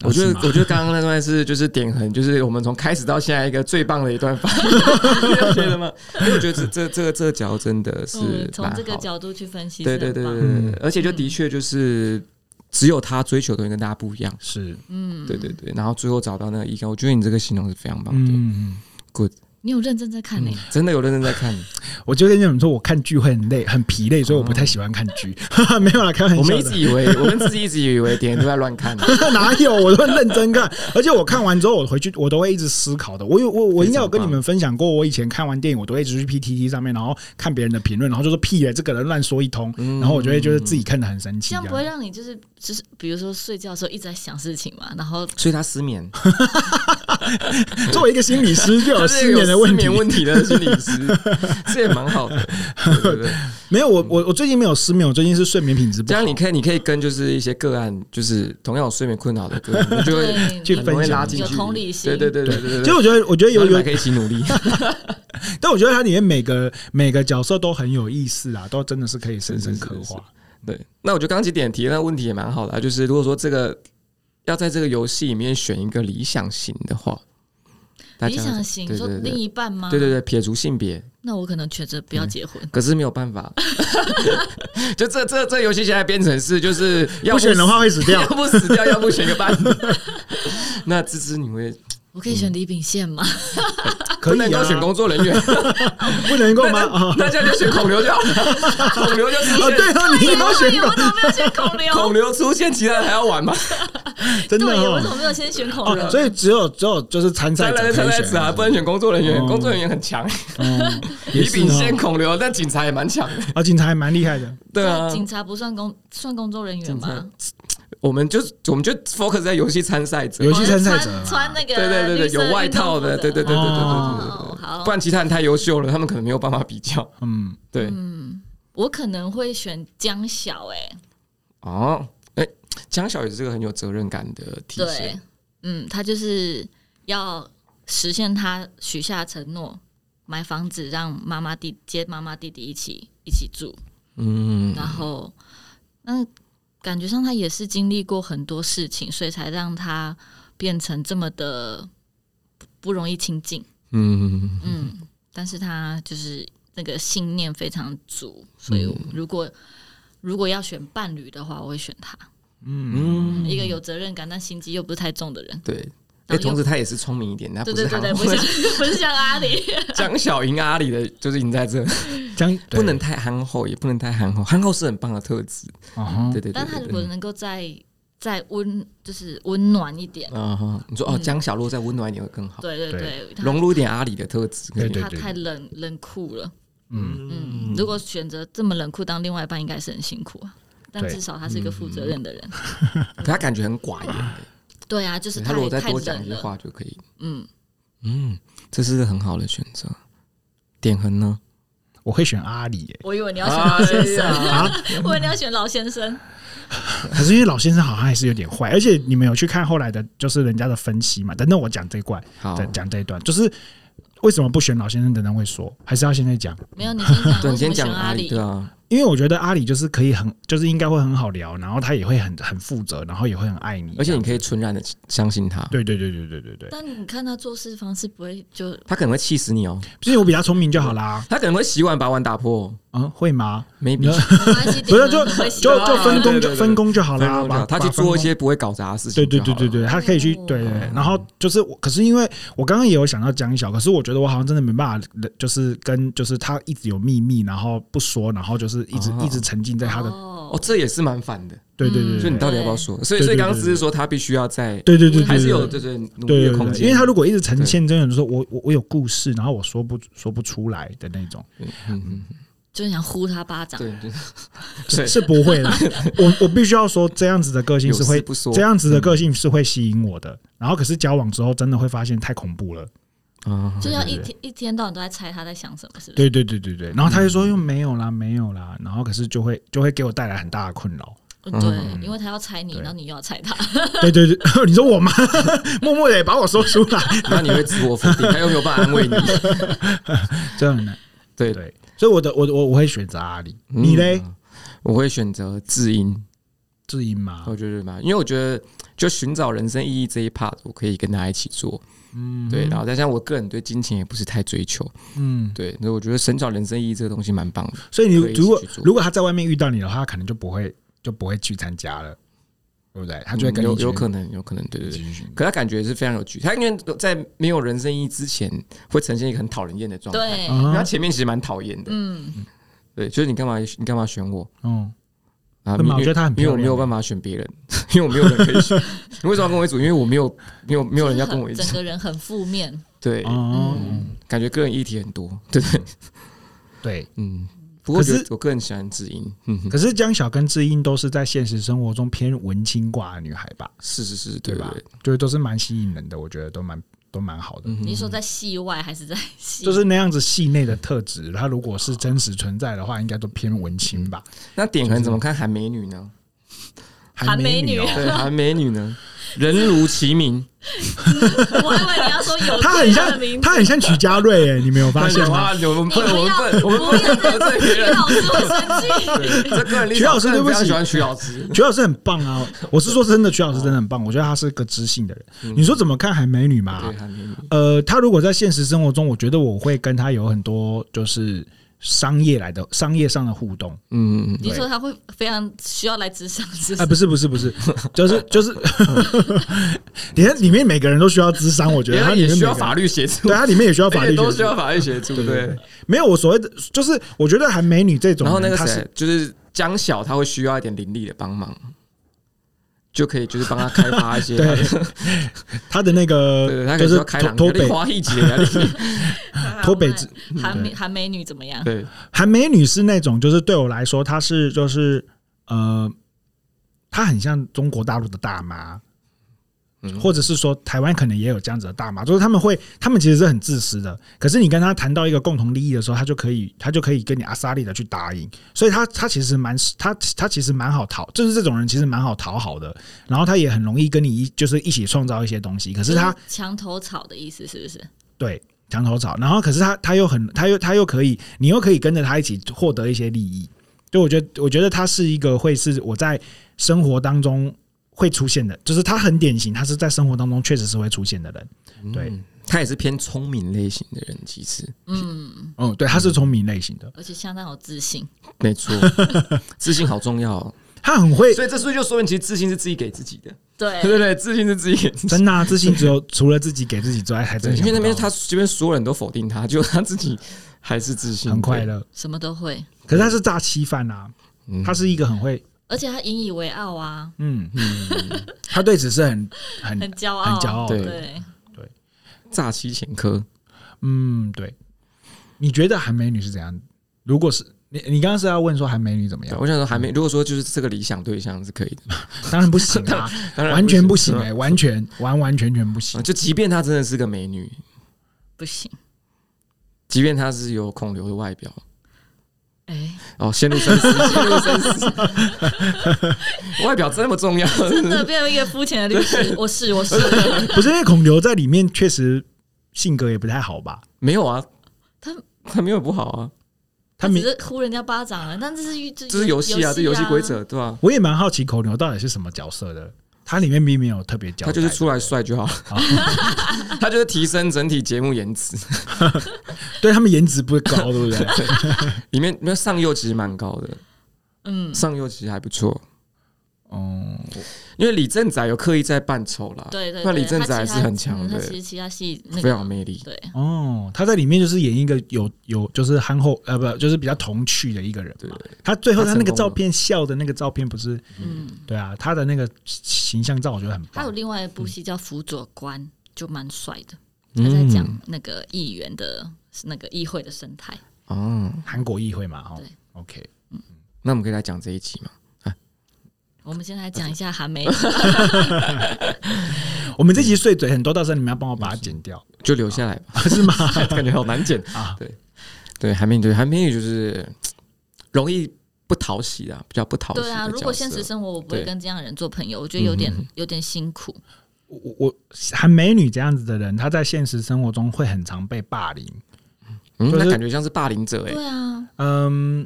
S2: 我觉
S3: 是
S2: 得
S3: 吗，
S2: 我觉得刚刚那段是就是点痕，就是我们从开始到现在一个最棒的一段发言，你有觉 得吗？因为我觉得这这这个这个角真的 是
S1: 嗯，从
S2: 蛮
S1: 这个
S2: 好的
S1: 角度去分析，
S2: 对对对对
S1: 对，
S3: 嗯
S2: 对，对而且就的确就是只有他追求的东西跟大家不一样，
S3: 是
S1: 嗯，
S2: 对对对，然后最后找到那个意义感，我觉得你这个形容是非常棒的，
S3: 嗯，
S1: 你有认真在看呢，
S2: 真的有认真在 看，
S3: 我就跟你们说，我看剧会很累，很疲累，所以我不太喜欢看剧， 没有啦，开玩笑
S2: 我
S3: 的。
S2: 们一直以为我们自己一直以为点人都在乱看，
S3: 哪有？我都很认真看，而且我看完之后，我回去我都会一直思考的。我有我我应该有跟你们分享过，我以前看完电影，我都会一直去 PTT 上面，然后看别人的评论，然后就说屁嘞，这个人乱说一通，
S2: 嗯
S3: 然后我就会觉得自己看得很生气
S1: 这
S3: 啊
S1: 样。不会让你就是就是，比如说睡觉的时候一直在想事情嘛，然后
S2: 所以他失 眠，
S3: 作为一个心理师，就有
S2: 他是
S3: 哦失
S2: 有
S3: 眠的问
S2: 失
S3: 题
S2: 眠。问题的心理 师，这也蛮好的，对对对。
S3: 没有，我我我最近没有失眠，我最近是睡眠品质不
S2: 这
S3: 好
S2: 样。你可以，你可以跟就是一些个案，就是同样有睡眠困扰的个案， 你就会
S1: 对
S3: 去
S2: 很
S3: 分
S2: 容易
S3: 享
S2: 拉近
S1: 有
S2: 距离
S1: 同理心
S2: 对对对对对对。
S3: 其实我觉得，我觉得有
S2: 然后你
S3: 有
S2: 们还可以一起努力，
S3: 但我觉得它里面每个每个角色都很有意思啊，都真的是可以深深刻
S2: 是是是
S3: 画。
S2: 对。那我觉得刚刚几点提的那问题也蛮好的啊，就是如果说这个要在这个游戏里面选一个理想型的话，大家
S1: 理想型，
S2: 对
S1: 说
S2: 对
S1: 另
S2: 对
S1: 一半吗？
S2: 对对嗯对，撇除性别，
S1: 那我可能觉得不要结婚，
S2: 可是没有办法， 就这这这游戏现在变成是就是要
S3: 不选的话会死
S2: 死
S3: 掉
S2: 要。不死掉，要不选个伴 侣。那芝芝你会
S1: 我可以选李秉宪吗？
S2: 嗯
S3: 可以
S2: 不能
S3: 啊
S2: 够，选工作人员，
S3: 不能够吗？啊，
S2: 那这样就选孔刘就 好了，孔刘就出
S3: 哦，
S2: 现，
S3: 对哦，你要选
S1: 对，我怎么没有选孔
S2: 孔
S1: 刘？
S2: 刘出现，其他人还要玩吗？啊
S3: 真的
S1: 对，我怎
S3: 哦。
S1: 么没有先选孔
S3: 哦，
S1: 刘？
S3: 所以只有只有就是参赛
S2: 才
S3: 者可
S2: 来
S3: 以
S2: 才来子
S3: 选
S2: 啊，不能选工作人员，
S3: 哦
S2: 工作人员很强，
S3: 哦，也
S2: 李
S3: 是
S2: 秉宪、
S3: 哦
S2: 孔刘，但警察也蛮强的。
S3: 啊，警察还蛮厉害的。
S2: 对啊，
S1: 警察不算工算工作人员吗？
S2: 我们就我们就 focus 在游戏参赛者
S3: 游，戏
S1: 哦
S3: 参赛者
S1: 穿
S3: 啊
S1: 穿那个
S2: 对对对对
S1: 绿色
S2: 有外
S1: 运动
S2: 套
S1: 服
S2: 的对对
S3: 对对对对对
S1: 哦好
S2: 不，然其他人太优秀了，他们可能没有办法比较。
S3: 嗯，
S2: 对，
S1: 我可能会选江晓，哎，
S2: 哦，哎，江小也是个很有责任感的体
S1: 对
S2: 现，，
S1: 嗯，他就是要实现他许下的承诺，买房子让妈妈弟接妈妈弟弟一起一起住，
S2: 嗯，
S1: 然后那感觉上他也是经历过很多事情，所以才让他变成这么的不不容易亲近。
S2: 嗯，
S1: 嗯，但是他就是那个信念非常足，所以
S2: 嗯
S1: 如果、如果要选伴侣的话，我会选他，
S2: 嗯，
S1: 一个有责任感但心机又不是太重的人。
S2: 对。哎，
S1: 然后又
S2: 同时他也是聪明一点，他
S1: 对
S2: 不
S1: 对
S2: 是
S1: 对对，不
S2: 行
S1: 像不是像阿里，
S2: 江小赢阿里的，就是赢在这，
S3: 将
S2: 不能，太憨厚，也不能太憨厚，憨厚是很棒的特质。
S3: 啊
S2: 对对对
S1: 但他
S2: 对
S1: 如
S2: 对
S1: 果能够再再温，就是温暖一点，
S2: 啊哈，你说哦，江小洛再温暖一点会更好，
S1: 对对啊
S3: 对
S1: 对，他
S2: 融入一点阿里的特质。
S3: 对对
S1: 他太冷冷酷了，
S3: 嗯，
S1: 嗯，如果选择这么冷酷当另外一半，应该是很辛苦啊。但
S3: 对
S1: 至少他是一个负责任的人。
S2: 可他感觉很寡言欸，
S1: 对啊，就是
S2: 嗯他如果
S1: 太
S2: 再
S1: 太
S2: 多讲一
S1: 冷
S2: 些
S1: 了。
S2: 话就可以。
S1: 嗯，
S2: 嗯，这是个很好的选择。点恒呢？
S3: 我会选阿里、耶
S1: 我以为你要选老先生，
S3: 啊，
S1: 我以为你要选老先生。
S3: 可是因为老先生好像还是有点坏，而且你们有去看后来的，就是人家的分析嘛。等等，我讲这一块，
S2: 好，
S3: 再讲这一段，就是为什么不选老先生？等等会说，还是要现在讲，
S1: 没有，你先讲，
S2: 对，
S1: 为什
S2: 你先
S1: 么选
S2: 讲
S1: 阿里
S2: 对？啊，
S3: 因为我觉得阿里就是可以很，就是应该会很好聊，然后他也会很很负责，然后也会很爱你，
S2: 而且你可以纯然的相信他，
S3: 对对对对对对对，
S1: 但你看他做事方式不会就
S2: 他可能会气死你哦，
S3: 所以我比较聪明就好啦。
S2: 他可能会洗碗把碗打破哦
S3: 嗯，会吗？
S2: ，maybe
S1: 没关系，
S3: 不是，就
S1: 点了很会喜
S3: 就
S1: 欢啊
S3: 就分
S2: 对
S3: 工
S2: 对对
S3: 就
S2: 对
S3: 分工就 好
S2: 分
S3: 啦
S2: 工就，
S3: 把
S2: 好他去
S3: 把分
S2: 做一
S3: 工
S2: 些不会搞砸的事情
S3: 对对
S2: 就好
S3: 对
S2: 了，嗯
S3: 对对，他可以去
S1: 哦
S3: 对对对，然后就是我，可是因为我刚刚也有想到江一小，可是我觉得我好像真的没办法，就是跟就是他一直有秘密，然后不说，然后就是一直
S2: 哦
S3: 一直沉浸在他的，
S2: 哦
S1: 哦，，
S2: 这也是蛮反的，
S3: 对对对
S2: 嗯所以你
S3: 对
S2: 到底要不要说？所以
S3: 对对
S2: 所以刚刚
S3: 对对
S2: 只是说他必须要在，
S3: 对对对，
S2: 还是
S3: 对
S2: 有
S3: 对
S2: 对对努力
S3: 对
S2: 的
S3: 对
S2: 空
S3: 对，
S2: 间，
S3: 因为他如果一直呈现真的说，我我我有故事，然后我说不说不出来的那种，
S2: 嗯嗯嗯
S1: 就是想呼他巴掌。
S2: 对对，对
S3: 是不会的。我我必须要说，这样子的个性是
S2: 有
S3: 会
S2: 事不说
S3: 这样子的个性是会吸引我的。然后可是交往之后，真的会发现太恐怖了。
S2: 啊，
S1: 就要一天一天到晚都在猜他在想什么，是不是？
S3: 对对对对对，然后他就说又没有啦，没有啦，然后可是就会就会给我带来很大的困扰。
S1: 嗯对，因为他要猜你，
S3: 对
S1: 然后你又要猜他，
S3: 对对 对，你说我吗？默默的把我说出来，
S2: 那你会自我否定，他又没有办法安 慰你，
S3: 真的很难。
S2: 对
S3: 对，所以我的我我我会选择阿里，你嘞？
S2: 嗯我会选择自音，
S3: 志英吗？
S2: 我觉得嘛，因为我觉得就寻找人生意义这一 part，我可以跟他一起做，
S3: 嗯，
S2: 对，然后再加上我个人对金钱也不是太追求，
S3: 嗯，
S2: 对，所以我觉得寻找人生意义这个东西蛮棒的，
S3: 所以你
S2: 可以一起
S3: 如果
S2: 去做
S3: 如果他在外面遇到你的话，他可能就不会就不会去参加了，对不对？他就会
S2: 嗯
S3: 跟你
S2: 有
S3: 一起
S2: 有可能有可能，对对对。
S3: 一起去
S2: 可他感觉是非常有趣，他因为在没有人生意义之前，会呈现一个很讨人厌的状态。
S1: 对，
S2: 因为他
S3: 啊，
S2: 前面其实蛮讨厌的，
S1: 嗯，
S2: 对，就是你干嘛你干嘛选我
S3: 嗯，
S2: 啊？
S3: 干嘛
S2: 因为
S3: 我觉得他很漂
S2: 因为
S3: 亮
S2: 我没有办法选别人， 因为我没有人可以选。 你为什么要跟我一组？因为我没有没有没有人要跟我一
S1: 就是很整
S2: 起。
S1: 个人很负面。
S2: 对，嗯
S3: 哦，
S2: 感觉个人议题很多， 对对，
S3: 对。
S2: 嗯。不过我
S3: 可
S2: 觉
S3: 是
S2: 得我个人喜欢知音，嗯，
S3: 可是江小跟志英都是在现实生活中偏文青挂的女孩吧？
S2: 是是是，
S3: 对
S2: 对
S3: 吧
S2: 对？嗯
S3: 就是都是蛮吸引人的，我觉得都蛮都蛮好的。
S1: 你说在戏外还是在戏？
S3: 就是那样子系内的特质，它如果是真实存在的话，应该都偏文青吧。
S2: 那点恒怎么看韩美女 呢？
S1: 韩美女
S3: 女哦，
S2: 对，韩美女呢，人如其名，
S1: 我还以为你要说有
S3: 她
S1: 这
S3: 很
S1: 样的
S3: 像
S1: 名字。
S3: 她很像许家瑞耶，你没有 发现吗？
S2: 哇，我们不
S1: 你
S2: 能，
S1: 不
S2: 我们
S1: 要
S2: 不能，我们不能得罪别
S1: 徐
S2: 人。
S1: 老师 会生气。
S2: 这个人立场
S3: 徐老师对不起
S2: 我非常喜欢徐老师。
S3: 徐老师很棒啊！我是说真的，徐老师真的很棒，我觉得他是个知性的人。你说怎么看韩美女嘛
S2: 嗯对，？韩美女，
S3: 呃，她如果在现实生活中，我觉得我会跟她有很多就是商业来的商业上的互动。
S2: 嗯嗯
S1: 你说他会非常需要来职场，是不
S3: 啊，
S1: 是？
S3: 不是不是不是，就是就是，里面里面每个人都需要智商，我觉
S2: 嗯，
S3: 得它
S2: 他
S3: 里
S2: 也
S3: 面
S2: 需要
S3: 每个人
S2: 法律协助
S3: 对，它里面也需要法
S2: 而且
S3: 律学
S2: 都
S3: 习
S2: 需要法律协助，
S3: 对对
S2: 对。
S3: 没有我所谓的，就是我觉得韩美女这种
S2: 然
S3: 人，
S2: 后那个
S3: 她
S2: 谁
S3: 是，
S2: 就是江晓，他会需要一点灵力的帮忙，就可以就是帮他开发一 些。
S3: 对她的那
S2: 对，
S3: 个
S2: 他可能需
S3: 就是
S2: 要开
S3: 脱
S2: 朗，
S3: 脱北
S2: 华裔级 的压力。
S3: 脱
S2: 哎
S3: 北之
S1: 韩美韩美女怎么样？
S2: 嗯对，
S3: 韩美女是那种，就是对我来说，她是就是呃，她很像中国大陆的大妈。
S2: 嗯
S3: 或者是说，台湾可能也有这样子的大妈，就是他们会，他们其实是很自私的。可是你跟他谈到一个共同利益的时候，他就可以，他就可以跟你阿萨利的去答应。所以他他其实蛮他他其实蛮好讨，就是这种人其实蛮好讨好的。然后他也很容易跟你一就是一起创造一些东西。可是他
S1: 就是墙头草的意思，是不是？
S3: 对墙头草，然后可是他他又很他又他又可以，你又可以跟着他一起获得一些利益。就我觉得，我觉得他是一个会是我在生活当中会出现的，就是他很典型，他是在生活当中确实是会出现的人。对，
S2: 嗯他也是偏聪明类型的人，其实
S1: 嗯，
S3: 嗯，对，他是聪明类型的，
S1: 而且相当有自信。
S2: 没错， 自信好重要哦。
S3: 他很会
S2: 所以这是就说明，其实自信是自己给自己的，
S1: 对
S2: 对对对，自信是自己给自己。
S3: 真的、啊、自信，只有除了自己给自己之外，还真
S2: 对，因
S3: 想
S2: 为那
S3: 不
S2: 边
S3: 到
S2: 他这边所有人都否定他，就他自己还是自信，
S3: 很快
S2: 对。
S3: 乐。
S1: 什么都会，
S3: 可是他是诈欺犯啊，
S2: 嗯
S3: 他是一个很会，
S1: 而且他引以为傲啊，
S3: 嗯，他对此是很
S2: 嗯
S3: 很
S1: 很骄傲，
S3: 很骄傲的
S2: 对
S1: 对，
S2: 诈欺前科，
S3: 嗯，对。你觉得韩美女是怎样如果是你，你刚刚是要问说韩美女怎么
S2: 对
S3: 样？
S2: 我想说还没，如果说就是这个理想对象是可以的，
S3: 当然不行啊，
S2: 当然
S3: 完全不行
S2: 啊
S3: 哎、完全完完全全不 行
S2: 啊。就即便她真的是个美女，
S1: 不行，
S2: 即便她是有孔刘的外表，
S1: 哎、
S2: 哦，陷入深思，陷入深思， 外表这么重要，
S1: 真的变成一个肤浅的律师，我是我是，
S3: 不是因为孔刘在里面确实性格也不太好吧？
S2: 没有啊，
S1: 他
S2: 他没有不好啊，
S3: 他
S1: 只
S3: 没，
S1: 是呼人家巴掌啊了，但这是这
S2: 这是游戏啊，这游戏规，则对吧、
S3: 我也蛮好奇孔刘到底是什么角色的。他里面并没有特别交代，
S2: 他就是出来帅就好了，他就是提升整体节目颜值。
S3: 对他们颜值不高，对不 对？
S2: 里面没有上右其实蛮高的，
S1: 嗯，
S2: 上右其实还不错，哦
S3: 嗯，
S2: 因为李正宰有刻意在扮丑啦，
S1: 对对，
S2: 那
S1: 对
S2: 李正宰
S1: 他
S2: 还
S1: 其
S2: 是
S1: 他
S2: 很强
S1: 嗯
S2: 的
S1: 他，其实其他戏那
S2: 非常有
S1: 个
S2: 魅力。
S1: 对，
S3: 哦，他在里面就是演一个有有就是憨厚呃不就是比较童趣的一个人嘛。他最后他
S2: 他
S3: 那个
S2: 成功了
S3: 照片笑的那个照片不是
S1: 嗯，
S3: 对啊，他的那个形象照我觉得很
S1: 还有
S3: 棒。
S1: 另外一部
S3: 嗯
S1: 戏叫《辅佐官》，就蛮帅的，他在讲那个议员的那个议会的生态，
S2: 哦，
S3: 韩国议会嘛，哦
S1: 对
S3: ，OK，
S2: 那我们可以来讲这一集嘛？
S1: 我们先来讲一下韩梅，
S3: 我们这集碎嘴很多，到时候你们要帮我把它剪掉。
S2: 就留下来吧，是吗？ 感觉好难剪
S3: 啊
S2: 啊。对对，韩美女，韩美女就是容易不讨喜啊，比较不讨喜的
S1: 对
S2: 角色。
S1: 啊，如果现实生活我不会
S2: 对
S1: 跟这样的人做朋友，我觉得有点
S3: 嗯
S1: 有点辛苦，
S3: 我我我韩美女这样子的人，她在现实生活中会很常被霸凌。
S2: 嗯，
S3: 就是
S2: 那感觉像是霸凌者哎、
S1: 对啊，
S3: 嗯，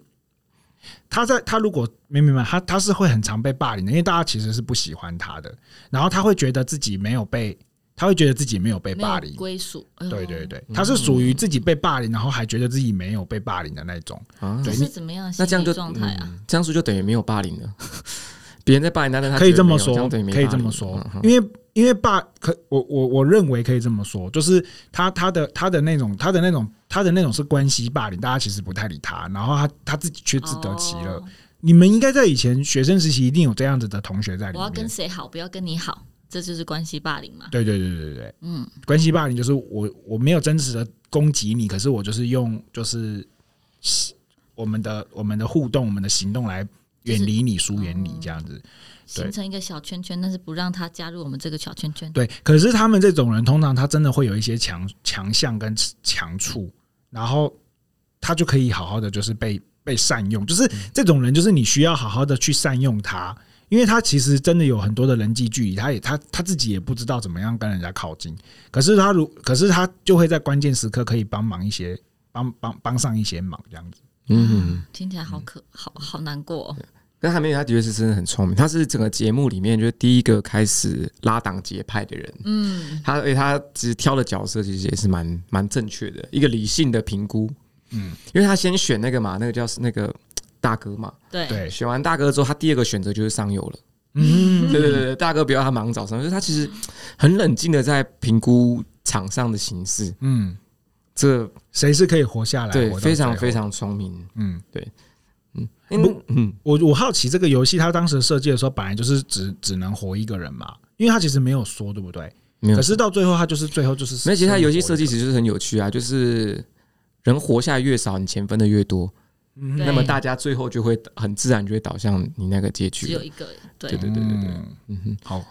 S3: 她在她如果没明白，她她是会很常被霸凌的，因为大家其实是不喜欢她的，然后她会觉得自己没有被，她会觉得自己没有被
S1: 没
S3: 霸
S1: 有
S3: 凌。
S1: 归属，哎呦
S3: 对对，对，
S2: 嗯
S3: 她是属于自己被霸凌，然后还觉得自己没有被霸凌的那种。
S2: 啊
S1: 这
S3: 对
S1: 是怎么样的
S2: 那这
S1: 心
S2: 样就
S1: 理状态啊？
S2: 嗯这样说就等于没有霸凌了。 别人在霸凌他，但是他
S3: 可以这么
S2: 觉得没有
S3: 说，
S2: 样等于没
S3: 可以
S2: 霸
S3: 这
S2: 凌
S3: 么说
S2: 嗯，哼
S3: 因为因为霸可我我我认为可以这么说，就是他他的他的那种他的那种他的那种是关系霸凌，大家其实不太理他，然后他他自己却自嗯得其乐。
S1: 哦
S3: 你们应该在以前学生时期一定有这样子的同学在里
S1: 我要
S3: 面
S1: 跟。谁好，不要跟你好，这就是关系霸凌嘛。
S3: 对对对对对对，
S1: 嗯，
S3: 关系霸凌就是我我没有真实的攻击你，可是我就是用就是我们的我们的互动，我们的行动来远离你、疏远
S1: 哦
S3: 你这样子。对
S1: 形成一个小圈圈，但是不让他加入我们这个小圈圈。
S3: 对，可是他们这种人，通常他真的会有一些强强项跟强处，然后他就可以好好的就是被被善用。就是
S2: 嗯
S3: 这种人，就是你需要好好的去善用他，因为他其实真的有很多的人际距离，他也他他自己也不知道怎么样跟人家靠近。可是他如，可是他就会在关键时刻可以帮忙一些，帮帮帮上一些忙这样子。
S2: 嗯，
S1: 听起来好可好好难过、哦。
S2: 但韩美女她的确是真的很聪明，她是整个节目里面就是第一个开始拉党结派的人。
S1: 嗯，
S2: 她而且她其实挑的角色其实也是蛮蛮正确的，一个理性的评估。嗯，因为她先选那个嘛，那个叫那个大哥嘛，
S1: 对，
S3: 对，
S2: 选完大哥之后，她第二个选择就是上游了。
S3: 嗯，
S2: 对对对对，大哥不要他忙找上，就是他其实很冷静的在评估场上的形势，
S3: 嗯，
S2: 这
S3: 谁是可以活下来？
S2: 对
S3: 活到
S2: 非常
S3: 哎最后
S2: 非，常聪明。
S3: 嗯。
S2: 嗯嗯，
S3: 我我好奇这个游戏它当时设计的时候，本来就是只只能活一个人嘛，因为它其实没有说对不对？
S2: 没有
S3: 可，是到最后，它就是最后就是
S2: 那其实他游戏设计
S3: 只
S2: 其实是很有趣啊，就是人活下来越少，你钱分的越多，
S1: 对
S2: 那么大家最后就会很自然就会导向你那个结
S1: 只
S2: 局
S1: 有
S2: 了。
S1: 一个，对，
S2: 对对对对对，
S3: 嗯，
S2: 嗯哼，
S3: 好